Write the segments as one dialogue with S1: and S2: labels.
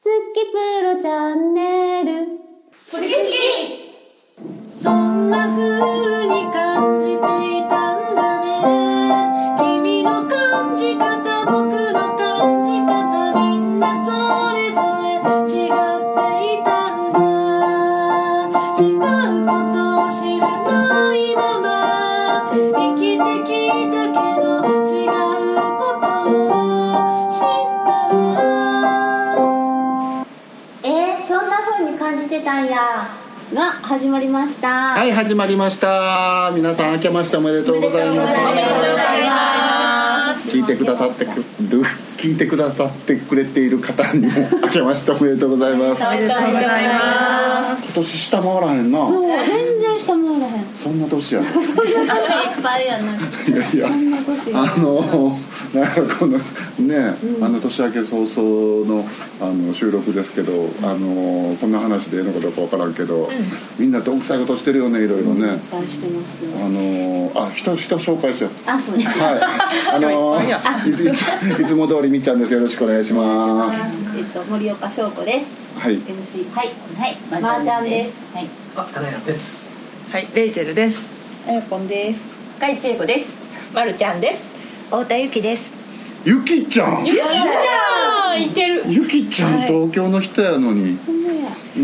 S1: きプロチャンネル」
S2: 好き好
S3: そんな風に感じていたんだね君の感じ方僕の感じ方みんなそれぞれ違っていたんだ違うことを知らないまま生きてきたけど違うことを知ったら
S1: えー、そんな風に感じてたんやが始まりました
S4: は
S1: はい
S4: 始まりました皆さん明けましておめでとうございます聞いてくださってくる聞いてくださってくれている方にも明けましておめでとうございます今
S2: きありがとうございま
S4: 年下回らへんな
S1: もう全然下もらへん
S4: そんな年 やね
S2: すいっぱいやない
S4: やいや
S1: そんな年
S4: あのなんかこのね、あの年明け早々のあの収録ですけどあのこんな話でええのかどうかわからんけど、みんなどんくさいことしてるよねいろいろね、
S1: いっぱいしてます
S4: あのあ人人紹介しよう
S1: あそうです
S4: はい、あのー、いついついつも通りみっちゃんです。よろしくお願いします。
S2: えっと森岡翔子です
S4: はい、
S2: MC はいはい
S1: 麻雀です
S2: はい
S5: あ、金谷です。
S6: はい、レイチェルです。
S2: あやぽんですかいちえこですまるちゃんです
S1: 太田由紀です
S4: ゆきちゃん、
S2: ゆきちゃんいてる
S4: ゆきちゃん、東京の人やのに、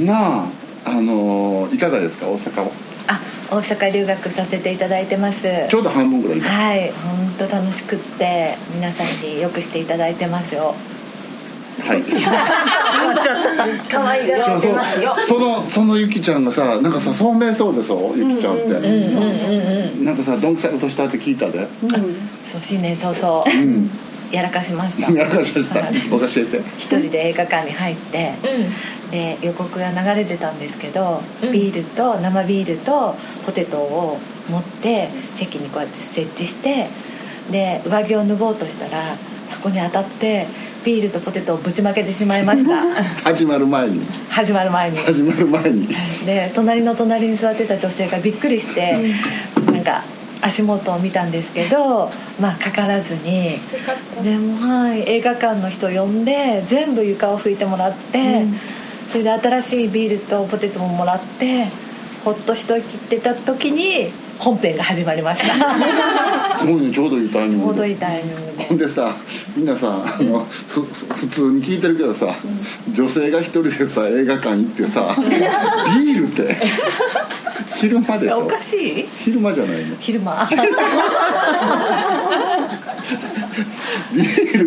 S4: なあ、あのー、いかがですか、大阪は。
S7: あ大阪留学させていただいてます
S4: ちょうど半分ぐらい。
S7: はい本当楽しくって皆さんによくしていただいてますよ
S4: はい。
S7: 可愛いが
S4: そうそうそのそのゆきちゃんがさなんかさ聡明そうでそうゆきちゃんって、なんかさどんくさいことしたって聞いたで、
S7: そう新年早々
S4: うん、
S7: やらかしました
S4: やらかしました
S7: はい
S4: おかしえて
S7: 一人で映画館に入って、で予告が流れてたんですけど、ビールと生ビールとポテトを持って席にこうやって設置してで上着を脱ごうとしたらそこに当たってビールとポテトをぶちまけてしまいました
S4: 始まる前に
S7: 始まる前に
S4: 始まる前に
S7: で隣の隣に座ってた女性がびっくりして、なんか足元を見たんですけどまあかからずにでもうはい映画館の人呼んで全部床を拭いてもらって、それで新しいビールとポテトももらってほっとしてきてた時に本編が始まりました
S4: もうねちょうどいいタイミング
S7: ちょう
S4: で
S7: どいいタイミングで
S4: ほん でさみんなさあの、ふふ普通に聞いてるけどさ、女性が一人でさ映画館行ってさビールって昼間でし
S7: お
S4: ょ
S7: かしい
S4: 昼間じゃないの
S7: 昼間
S4: ビール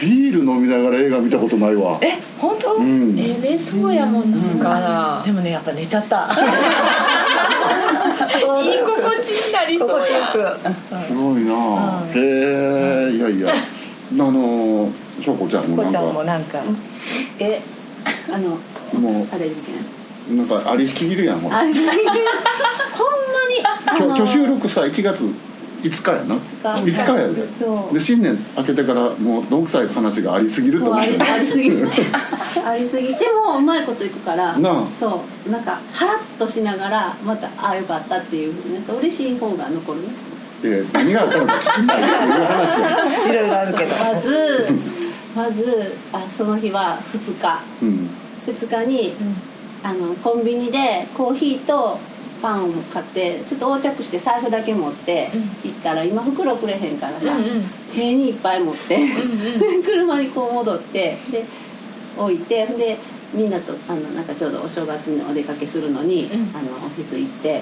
S4: ビール飲みながら映画見たことないわ
S7: え本当、
S4: うん
S2: えねそうやもんなん
S7: でもねやっぱ寝ちゃった
S2: いい心地になりそうや
S4: すごいなあ、
S7: うん
S4: へえいやいやあの翔子ちゃんも
S7: こ
S4: なん
S7: ち
S4: か
S7: ゃんもなんか
S1: えあの
S4: も
S1: あれ事件
S4: うなんかありすぎるやんほら
S1: あれ事件
S4: きょ挙手録さ1月5日やな5日やで
S1: そう
S4: で新年明けてからもうどんくさい話がありすぎると
S1: もう
S4: 思っ
S1: あ
S4: て
S1: りありす ぎてありすぎてもうまいこといくから
S4: なあ
S1: そうなんかハラッとしながらまたああよかったっていうなんか嬉しい方が残るね
S4: えー何があったのか聞きたいっていう話を、
S7: いろいろあるけど
S1: まずまずあその日は2日
S4: うん、
S1: 2日に、あのコンビニでコーヒーとパンを買ってちょっと横着して財布だけ持って行ったら、今袋くれへんからな、手にいっぱい持って、で 車にこう戻ってで置いてでみんなとあのなんかちょうどお正月にお出かけするのに、あのオフィス行って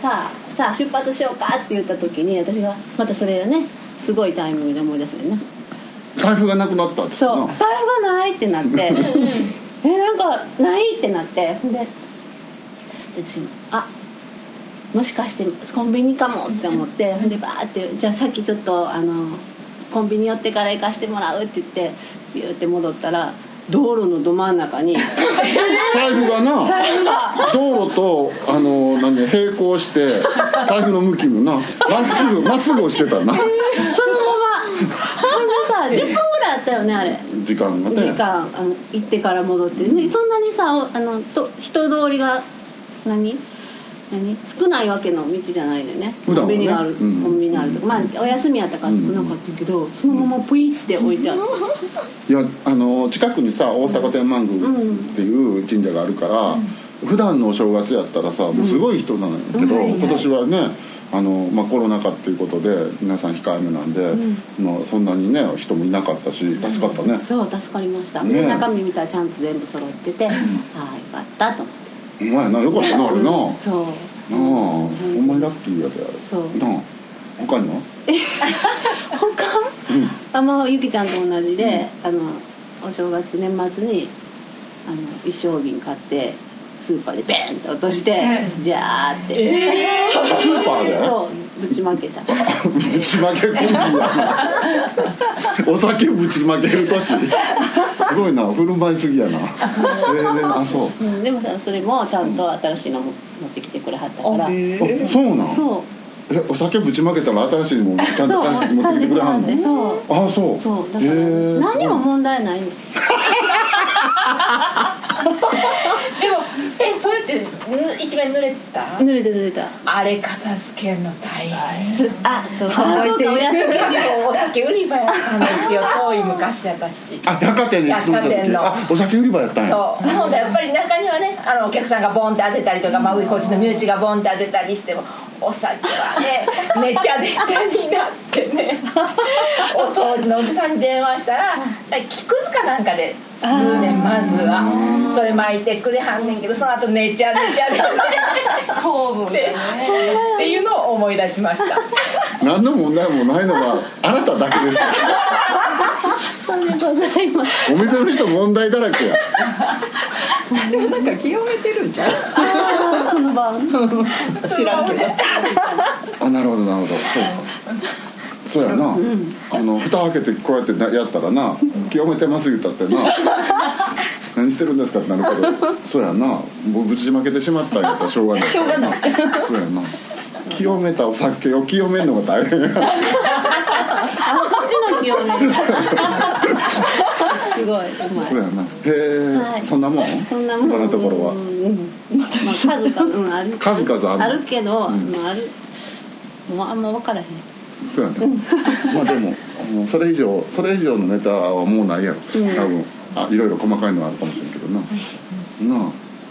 S1: さあさあ出発しようかって言った時に私がまたそれがねすごいタイミングで思い出すよね
S4: 財布がなくなったって言
S1: そう
S4: って
S1: 財布がないってなってえなんかないってなってでで私もあもしかしてコンビニかもって思ってでバーってじゃあさっきちょっとあのコンビニ寄ってから行かしてもらうって言ってビューって戻ったら道路のど真ん中に
S4: 財布がな
S1: 財布が
S4: 道路とあの何で並行して財布の向きもなまっすぐまっすぐ押してたな
S1: そのままほんでさ10分ぐらいあったよねあれ
S4: 時間が
S1: 時
S4: ね
S1: 間あの行ってから戻って、ねそんなにさおあのと人通りが何何少ないわけの道じゃないのよね
S4: 普段はね
S1: コンビニがある、
S4: うん
S1: コンビニあるとまあお休みやったから少なかったけど、そのままプイって置いてある、
S4: いやあの近くにさ大阪天満宮っていう神社があるから、普段のお正月やったらさもうすごい人なのよけど、今年はねあの、まあ、コロナ禍っていうことで皆さん控えめなんで、まあ、そんなにね人もいなかったし助かったね、
S1: そう助かりました、
S4: ね
S1: で中身見たらちゃんと全部揃ってて、ああよかったと思って
S4: うまいなよかったなあれな、なあ
S1: そう
S4: ほんまにラッキーやであれ
S1: そう
S4: なあ他には
S1: あまあゆきちゃんと同じで、あのお正月年末にあの一升瓶買ってスーパーでベーンって落として、じゃーって、
S4: スーパーで
S1: そうぶちまけた
S4: ぶちまけコンビやなお酒ぶちまける年すごいな振る舞いすぎやなえー、あそう
S1: うんでもさそれもちゃんと新しいのも持ってきてくれはったから、
S4: あそうなん
S1: そう
S4: えお酒ぶちまけたら新しいもんちゃんと
S1: そう
S4: 持ってきてくれはん
S1: で
S4: の
S1: そう
S4: あそう
S1: そうだ
S4: え
S1: から
S4: ー
S1: 何も問題ない
S2: でもえそれってぬ一面濡れてた
S1: 濡れて濡れた
S2: あれ片付けんの大変
S1: あそうあそうかお休み
S2: 結構お酒売り場やったんです よ遠い昔私
S4: あ百貨店に勤めた時
S2: 百貨店の
S4: あお酒売り場やったんや
S2: そうほんでやっぱり中にはねあのお客さんがボンって当てたりとか、まあ、こっちの身内がボンって当てたりしてもお酒はねめちゃめちゃになってねお掃除のおじさんに電話したら木くずかなんかで吸うねんまずはそれ巻いてくれはんねんけどその後めちゃめちゃで糖分でっていうのを思い出しました
S4: 何の問題もないのがあなただけですよ
S1: そうでございます
S4: お店の人問題だらけや
S5: なんか清めてるんじゃ ん
S1: あーその晩知らんけど
S4: あなるほどなるほどそうかそうやな、あの蓋開けてこうやってなやったらな清めてます言ったってな何してるんですかってなるけどそうやなもうぶちまけてしまったんやったらしょうがないしょうがないそうやな清めたお酒を清めるのが大変や
S1: あこっちの気温ね すごいうまい
S4: そうやなへえ、
S1: はい
S4: そんなもん
S1: そんなもん
S4: 今のところは
S1: うんうんまあ、数々、うん、ある
S4: 数々ある
S1: けど、
S4: ん
S1: まああるもうあんま分からへん
S4: そうやなまあでももうそれ以上それ以上のネタはもうないやろ多
S1: うん
S4: 分あいろいろ細かいのはあるかもしれんけどななあ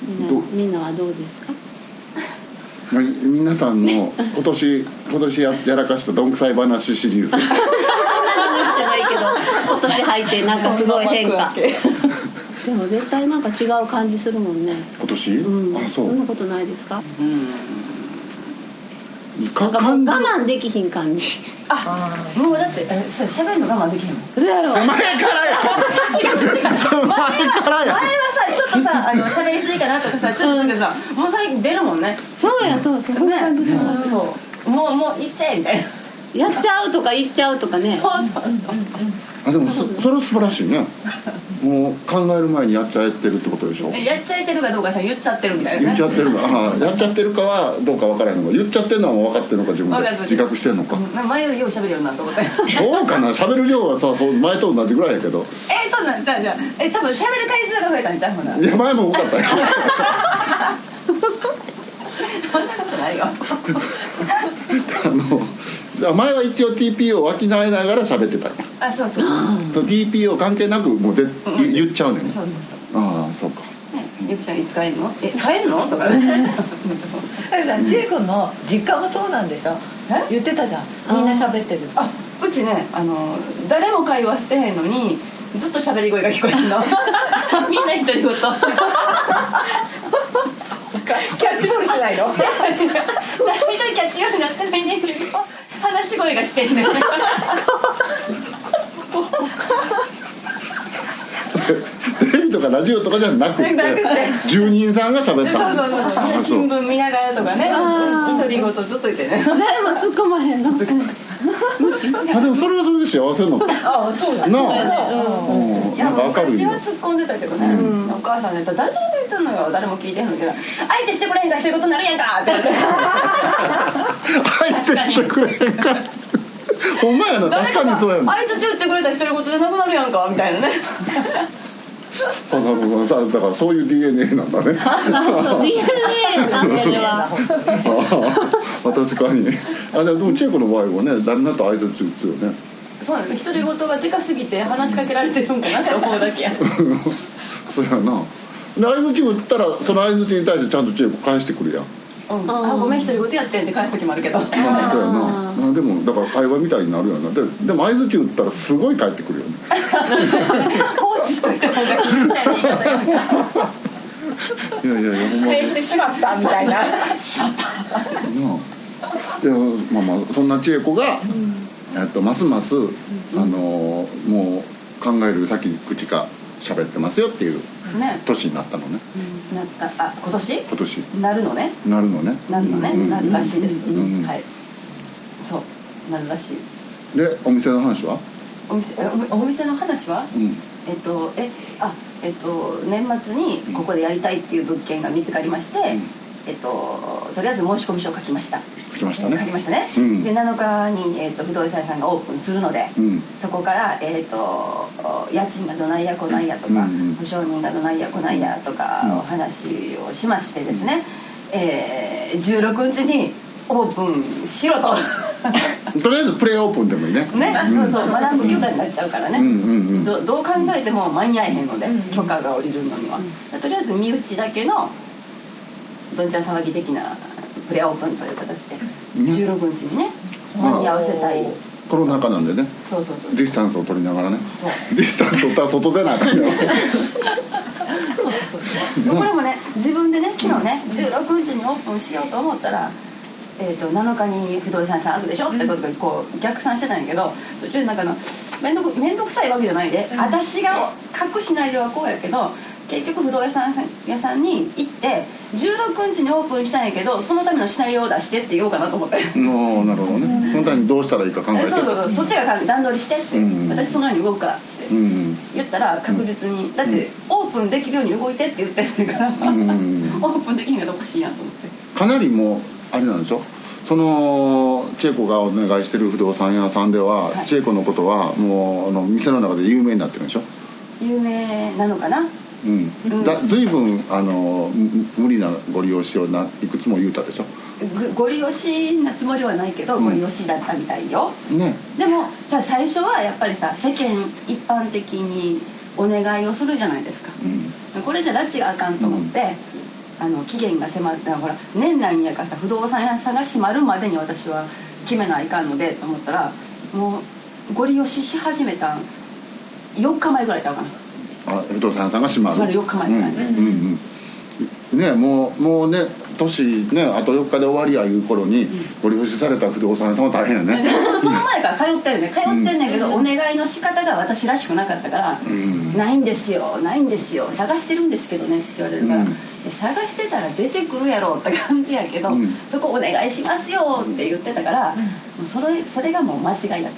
S1: みんな
S4: ど
S1: みんなはどうですか
S4: はい皆さんの今年今年ややらかしたどんくさい話シリーズ
S1: 話じゃないけど今年入ってなんかすごい変 化でも絶対なんか違う感じするもんね、
S4: 今年、
S1: うん、
S4: あそうん
S1: なことないですか
S4: か
S1: なんかもう
S4: 感動
S1: 我慢できひん感じ
S5: もうだってえそれ喋るの我慢できへんの
S1: そうやろ
S4: 前からや前から
S5: 前
S4: や
S5: はさちょっとさあ の喋りすぎかなとかさちょっとなんかさもう最近出るもんね
S1: そうやそうそう、
S5: ねそうもうもう行っちゃえみたいな
S1: やっちゃうとか言っちゃうとかね
S5: そうそう
S4: あでもそそれは素晴らしいねもう考える前にやっちゃってるってことでしょ
S5: やっちゃえてるかどうかしら言っちゃってるみたいな
S4: 言っ
S5: ね
S4: ちゃってるかああやっちゃってるかはどうかわからないのか言っちゃってるのはもう分かってるのか自分
S5: 分か
S4: で
S5: る分かる
S4: 自覚してるのか
S5: うん前よりよう喋るようになった 思って
S4: そうかな喋る量はさそう前と同じぐらいやけど
S5: えそうなんじゃあじゃあえ多分喋る回数が増えたんちゃうほ なそ
S4: いや前も多かったよ
S5: んなことないよ
S4: あのじゃあ前は一応 TPO をわきなえながら喋ってたよ
S5: あそうそうそう
S4: そう TPO 関係なくもうで、言っちゃうねん
S5: そうそう
S4: ああそうか
S5: ゆきちゃんいつ帰るのえ帰るのとかね
S6: ジェイ君の実家もそうなんでしょ
S5: え
S6: 言ってたじゃんみんな喋ってる
S5: あうちねあの誰も会話してへんのにずっと喋り声が聞こえるの みんな一人言
S2: キャッチボールしてないの
S5: 何とキャッチようになってないねんけど話し声がしてん ねん
S4: テレビとかラジオとかじゃなくて
S5: なくて
S4: 住人さんが喋っ
S5: そう
S4: た
S5: そうそう
S4: ああそう
S5: 新聞見ながらとかね独り言ずっと言ってね
S1: 誰も突っ込まへんの
S4: あでもそれはそれで幸せなのな
S2: あそうだ
S4: あ、うん、
S5: いや
S4: なんかわかる
S5: 昔
S4: よ
S5: は突っ込んでたけどね、お母さんで「大丈夫やったのよ誰も聞いてへんのに」あえてしてくれんか一人言になるやんか」って言って
S4: 入ってしてくれへんかほんまやな確かにそうやな
S5: 相槌打ってくれた一人言じゃなくなるやんかみたいなね
S4: あなるほどさだからそういう DNA なんだ ね
S1: DNA なんであれは
S4: あ確かにあでもチェコの場合はね誰になと挨拶打つよね
S5: そうなの独り言がでかすぎて話しかけられてるんかなって思うだけや
S4: それはなで相づち打ったらその相づちに対してちゃんとチェコ返してくるやん
S5: うん、あごめん独り言やってんって返す時もあるけ ど
S4: まあそうやなあでもだから会話みたいになるやんなででも相づち打ったらすごい返ってくるよね
S5: 放置しといた方がいいみたいな言い方やんか
S4: いやいやいやほんま
S2: 返してしまったみたいなしまった
S4: でもまあまあそんな千恵子が、えっと、ますます、あのーもう考える先口が喋ってますよっていう
S5: ね
S4: 年になったのね
S5: なったあ今年
S4: 今年
S5: なるのね
S4: なるのね
S5: なるのね、
S4: うん
S5: なるらしいです、
S4: うん
S5: はいそうなるらしい
S4: でお店の話は、
S5: お店えおお店の話は
S4: うん、
S5: えっとえあえっと年末にここでやりたいっていう物件が見つかりまして、
S4: ん
S5: えっととりあえず申し込み書を書きました
S4: 来ましたね
S5: 書きましたね、
S4: うん
S5: で7日に、えっと不動産屋さんがオープンするので、
S4: うん
S5: そこから、えっと家賃がどないやこないやとか、
S4: うんうん
S5: 保証人がどないやこないやとか
S4: うん
S5: お話をしましてですね、えー16日にオープンしろと
S4: とりあえずプレイオープンでもいいね
S5: ね、
S4: うん
S5: そうそうマダム許可になっちゃうからね、
S4: うんうんうん
S5: どどう考えても間に合えへんので、許可が下りるのには、とりあえず身内だけのどんちゃん騒ぎ的なプレオープンという形で
S4: うん
S5: 16日にね
S4: うん
S5: 間に合わせたい
S4: コロナ禍なんでね
S5: そうそうそう
S4: ディスタンスを取りながらね
S5: そう
S4: ディスタンス取ったら外出なあかんよ
S5: そうそうそうそうこれもね自分でね昨日ね16時にオープンしようと思ったら、えー、と7日に不動産屋さんあるでしょってことがこう逆算してたんやけど途中でなんかの面倒く面倒くさいわけじゃないで、私が書くシナリオはこうやけど結局不動産屋さんに行って16日にオープンしたんやけどそのためのシナリオを出してって言おうかなと思って。
S4: もうなるほどね本当にどうしたらいいか考え
S5: え
S4: て
S5: そうそうそうそっちが段取りしてって、
S4: うん
S5: 私そのように動くからって
S4: うん
S5: 言ったら確実に、だってオープンできるように動いてって言ってるから、
S4: うん
S5: オープンできんのがおかしいなと思って
S4: かなりもうあれなんでしょその千恵子がお願いしてる不動産屋さんでは、
S5: はい
S4: 千恵子のことはもうあの店の中で有名になってるんでしょ、
S5: 有名なのかな
S4: うん
S5: うん
S4: だ随分あのむ無理なご利用しをないくつも言うたでしょ
S5: ぐご利用しなつもりはないけど、
S4: うん
S5: ご利用しだったみたいよ
S4: ね
S5: でもさ最初はやっぱりさ世間一般的にお願いをするじゃないですか、
S4: うん
S5: これじゃ拉致があかんと思って、あの期限が迫ったほら年内にやからさ不動産屋さんが閉まるまでに私は決めないかんのでと思ったらもうご利用しし始めたん4日前ぐらいちゃうかな
S4: あ不動産屋さんが閉まる
S5: 閉まる4日前ぐらいね
S4: うんうんうんねもうもうね年ねあと4日で終わりやいう頃に、ご利用しされた不動産屋さんは大変やね
S5: その前から通ってるね通ってんねんけど、お願いの仕方が私らしくなかったから「
S4: ん
S5: ないんですよないんですよ探してるんですけどね」って言われるから、
S4: うん
S5: で探してたら出てくるやろって感じやけど、
S4: うん
S5: そこお願いしますよって言ってたから、もうそれそれがもう間違いだっ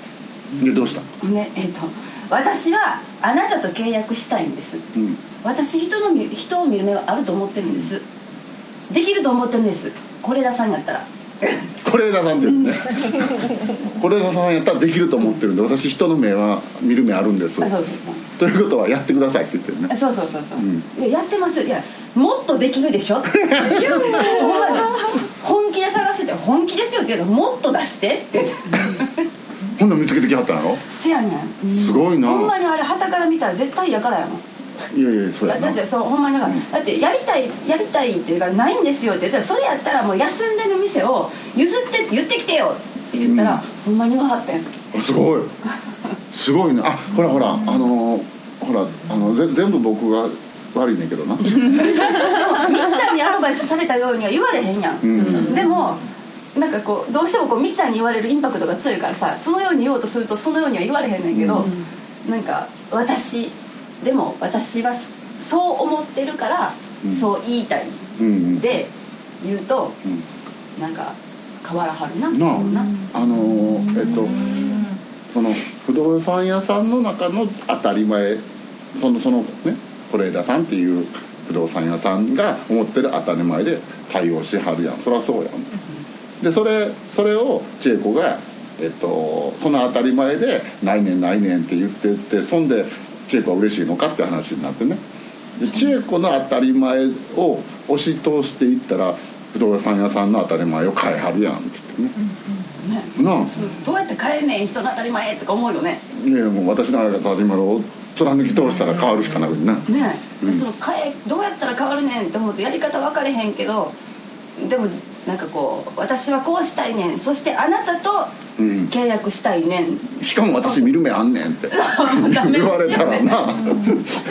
S4: でどうした、
S5: たねえっ、と私はあなたと契約したいんです
S4: うん、
S5: 私人の見人を見る目はあると思ってるんですできると思ってるんです是枝さんやったら
S4: 是枝さんっていう ね是枝さんやったらできると思ってるんで私人の目は見る目あるんです
S5: あそうそうそう
S4: ということはやってくださいって言ってるね
S5: そうそうそうそう、
S4: ん
S5: いややってますよいやもっとできるで しょってほんまに本気で探してて本気ですよって言うのもっと出して って
S4: ほんなら見つけてきはったんやろ
S5: せやねん
S4: すごいな
S5: ほんまにあれ旗から見たら絶対やからやもん
S4: いやいやそう
S5: だ
S4: やな
S5: だってそうほんまにだから、だってやりたいやりたいっていうからないんですよって言ったらそれやったらもう休んでる店を譲ってって言ってきてよって言ったら、
S4: うん
S5: ほんまに分かったやん
S4: すごいすごいねあほらほらあのーほらあのぜ全部僕が悪いねんけどな
S5: みっちゃんにアドバイスされたようには言われへんやん、
S4: ん
S5: でもなんかこうどうしてもこうみっちゃんに言われるインパクトが強いからさそのように言おうとするとそのようには言われへんねんけど、なんか私でも私はそそう思ってるから、
S4: うん
S5: そう言いたい
S4: うんうん
S5: で言うと
S4: うん
S5: なんか変わらはるな
S4: なあ
S5: そんな
S4: あのーえっとその不動産屋さんの中の当たり前そのそのね是枝さんっていう不動産屋さんが思ってる当たり前で対応しはるやんそりゃそうやんでそれそれを千恵子が、えっと、その当たり前で「ないねんないねん」って言ってってそんで千恵子は嬉しいのかって話になってねで千恵子の当たり前を押し通していったら不動産屋さんの当たり前を変えはるやんって言ってね、
S5: ね
S4: なあ
S5: どうやって帰んねん人の当たり前とか思うよね
S4: いやいやもう私の当たり前を貫き通したら変わるしかなくてね、
S5: ねえ、
S4: うん
S5: その変えどうやったら変わるねんって思ってやり方分かれへんけどでもじなんかこう私はこうしたいねんそしてあなたと
S4: うん
S5: 契約したいねん、
S4: しかも私見る目あんねんって
S5: ダメです
S4: 言わ
S5: よね
S4: れたらな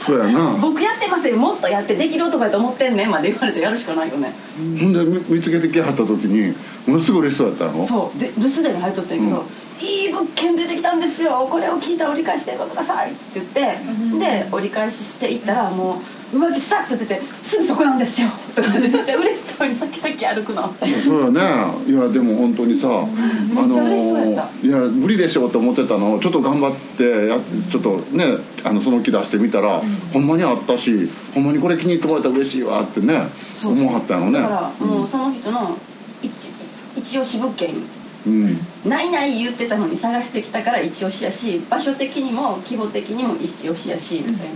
S4: そうやな
S5: 僕やってますよもっとやってできる男やと思ってんねんまで言われてやるしかないよね、
S4: ほんで見見つけてきはった時にものすごい嬉しそうやったの
S5: そうで留守電に入っとったんやけど、いい物件出てきたんですよこれを聞いたら折り返してください」って言って、で折り返ししていったらもう上着さっと出て「すぐそこなんですよ」 とかめっちゃ嬉しそうに先々歩くの
S4: そうよねいやでも本当にさ、あの
S5: 嬉しそうやっ
S4: いや無理でしょうと思ってたのをちょっと頑張ってやちょっとねあのその気出してみたら、ほんまにあったしほんまにこれ気に入ってもらえたら嬉しいわってね
S5: そう
S4: 思わはったのね
S5: だからもうその人の一一押し物件
S4: うん
S5: ないない言ってたのに探してきたから一押しやし場所的にも規模的にも一押しやしみたいな、で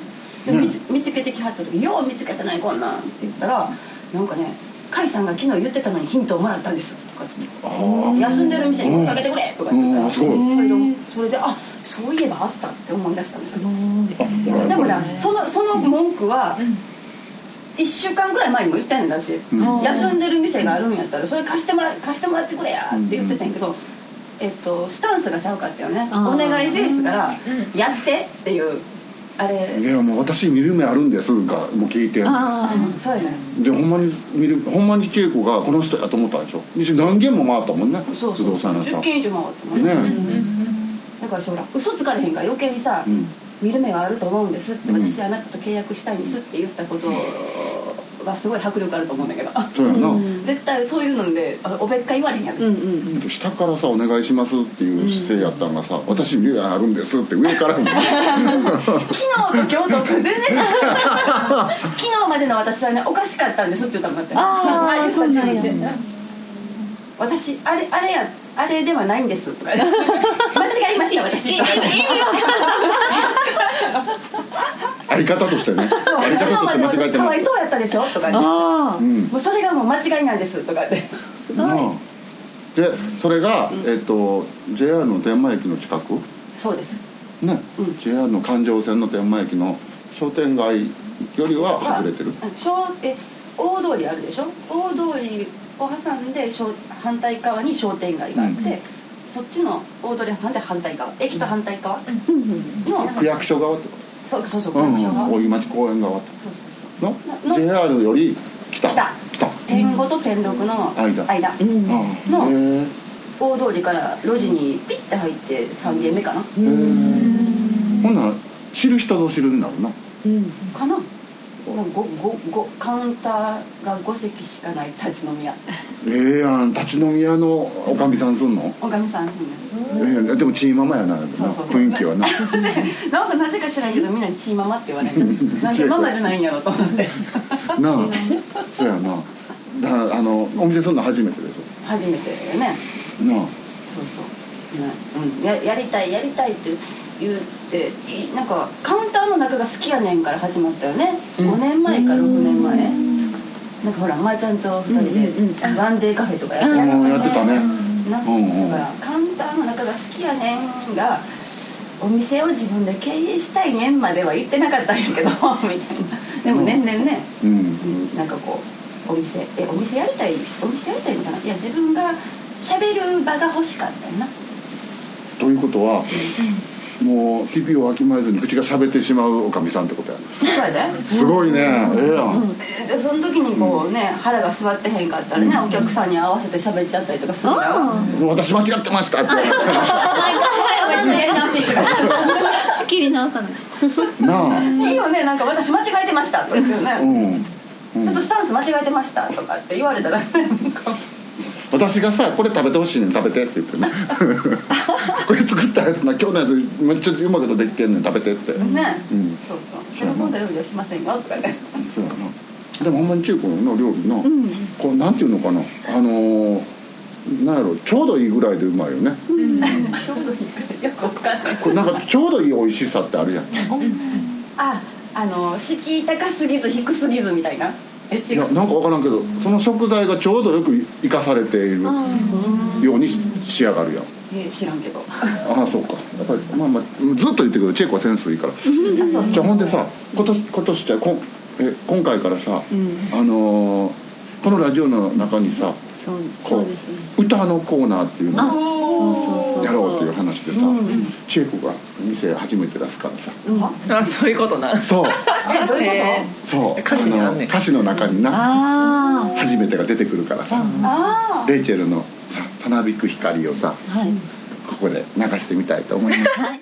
S4: うん
S5: 見つ見つけてきはった時「よう見つけたないこんなん」って言ったらなんかね「甲斐さんが昨日言ってたのにヒントをもらったんです」とかって
S4: あ
S5: 「
S4: ー
S5: 休んでる店に声かけてくれ」とか言ってたら
S4: うん
S5: そ
S4: すご
S5: れでそれ
S4: い
S5: であそういえばあったって思い出したんですよ
S4: あほら
S5: でもね
S4: やっぱ
S5: そのその文句は1週間ぐらい前にも言ったんやだし、
S4: うん
S5: 休んでる店があるんやったらそれ貸してもら貸してもらってくれやって言ってたんやけど、えっと、スタンスがちゃうかったよねお願いベースから「やって」っていうあ
S4: りい
S5: れ
S4: やもう私見る目あるんですがもう聞いて
S5: あのそうやね
S4: でほんまに見るほんまに恵子がこの人やと思ったでしょで何軒も回ったもんね
S5: そうそ
S4: 不動
S5: う
S4: 産屋さ
S5: 10
S4: ん
S5: 件以上回ってもん
S4: ね、
S5: だからほら嘘つかれへんから余計にさ、
S4: うん
S5: 見る目があると思うんですって、
S4: うん
S5: 私あなたと契約したいんですって言ったことはすごい迫力あると思うんだけど
S4: そうやな、
S5: 絶対そういうのであおべっか言われへんやつ、
S4: 下からさ「お願いします」っていう姿勢やったんがさ「私見るあるんです」って上からも
S5: 昨日と今日と全然昨日までの私はねおかしかったんですって言ったもんだって
S1: あーそうなんや
S5: で私あれあれやあれではないんですとか間違いました私とか
S4: あり方としてねあり
S5: 昨
S4: 方
S5: 日
S4: と
S5: ま
S4: して
S5: での
S4: 間
S5: 私かわ
S4: 違えてな
S5: い
S4: い
S5: そうやったでしょとかね
S1: あ
S4: うん
S5: もうそれがもう間違いなんですとかって
S4: なあでそれが、えっと JR の天満駅の近く
S5: そうです
S4: ね、
S5: うん
S4: JR の環状線の天満駅の商店街よりは外れてる、
S5: あ小え大通りあるでしょ大通りを挟んで商反対側に商店街があって、
S4: うん
S5: そっちの大通り挟んで反対側駅と反対側の、
S4: 区役所側とか、
S5: そうそうそう、
S4: う
S5: この
S4: んう
S5: 人が
S4: ん、
S5: そう
S4: 大井町公園側と
S5: そうそう
S4: か
S5: な
S4: の JR より北
S5: 北
S4: 北
S5: 天狗と天禄の
S4: 間
S5: 間
S4: ああ
S5: の
S4: へえ
S5: 大通りから路地にピッて入って3軒目かな
S4: へえほんなら知る人ぞ知るになるな
S5: かなもうごごごカウンターが5席しかない立ち飲み屋
S4: ええやん立ち飲み屋のおかみさんすんの、
S5: おかみさん
S4: ええやんでもチーママやな
S5: そうそうそう
S4: 雰囲気は な
S5: なんかなぜか知らんけどみんなにチーママって言われる なんでママじゃないんやろと思って
S4: なあそうやなだからあのお店すんの初めてでし
S5: 初めてだよね
S4: ょなあ
S5: そうそう、ねうん、ややりたいやりたいって言っていなんかカウンターの中が好きやねんから始まったよね、5年前か6年前なんかほらまー、ちゃんと2人でワンデーカフェとかやってた
S4: あのやってたね
S5: な、
S4: うんうん
S5: だからカウンターの中が好きやねんがお店を自分で経営したいねんまでは言ってなかったんやけど みたいなでも年々ね、
S4: うん
S5: うんなんかこうお店えお店やりたいお店やりたいのかないや自分が喋る場が欲しかったよな
S4: ということはもう TP をわきまえずに口が喋ってしまうおかみさんってことや
S5: そうやです
S4: ごいねええやん
S5: でその時にこうね、腹が座ってへんかったらね、お客さんに合わせて喋っちゃったりとかするから、うん、
S4: 私間違ってましたって言われて
S5: やり直し
S1: あ仕切り直さない
S4: な あ
S5: いいよねなんか私間違えてましたとか言ってね、
S4: うん
S5: ちょっとスタンス間違えてましたとかって言われ たら、なんか
S4: 私がさこれ食べてほしいねん食べてって言って ねこれ作ったやつな今日のやつめっちゃうまいことできてんねん食べてって
S5: ね、
S4: うん
S5: そうそう手の込んだ料理はしませんよとかね
S4: そうやなでもほんまに中国の料理の、こうなんていうのかなあのーなんやろちょうどいいぐらいでうまいよね
S5: ちょうどいいよくわかんない
S4: これなんかちょうどいい美味しさってあるやん
S5: ああの敷居高すぎず低すぎずみたいなえ
S4: い
S5: 違
S4: や
S5: う
S4: なんか分からんけどその食材がちょうどよく生かされているようにし仕上がるやん
S5: え知らんけ ど
S4: ああそうかやっぱりまあまあずっと言ってるけどチェイコはセンスいいからじゃあほんでさ今年今年ってこんえ今回からさ、あのーこのラジオの中にさ
S1: そう
S4: こ
S1: そううですね
S4: 歌のコーナーっていうのを
S1: そうそうそう
S4: やろうっていう話でさ、チェイコが店初めて出すからさ、
S6: あそういうことなん
S4: そう
S2: えどういうこ
S6: え
S4: そ う
S6: 歌詞にあんねん
S4: の歌詞の中にな
S1: あ
S4: 初めてが出てくるからさ、
S5: あ
S4: レイチェルのさ「たなびく光」をさ
S1: あはい
S4: ここで流してみたいと思います。
S1: はい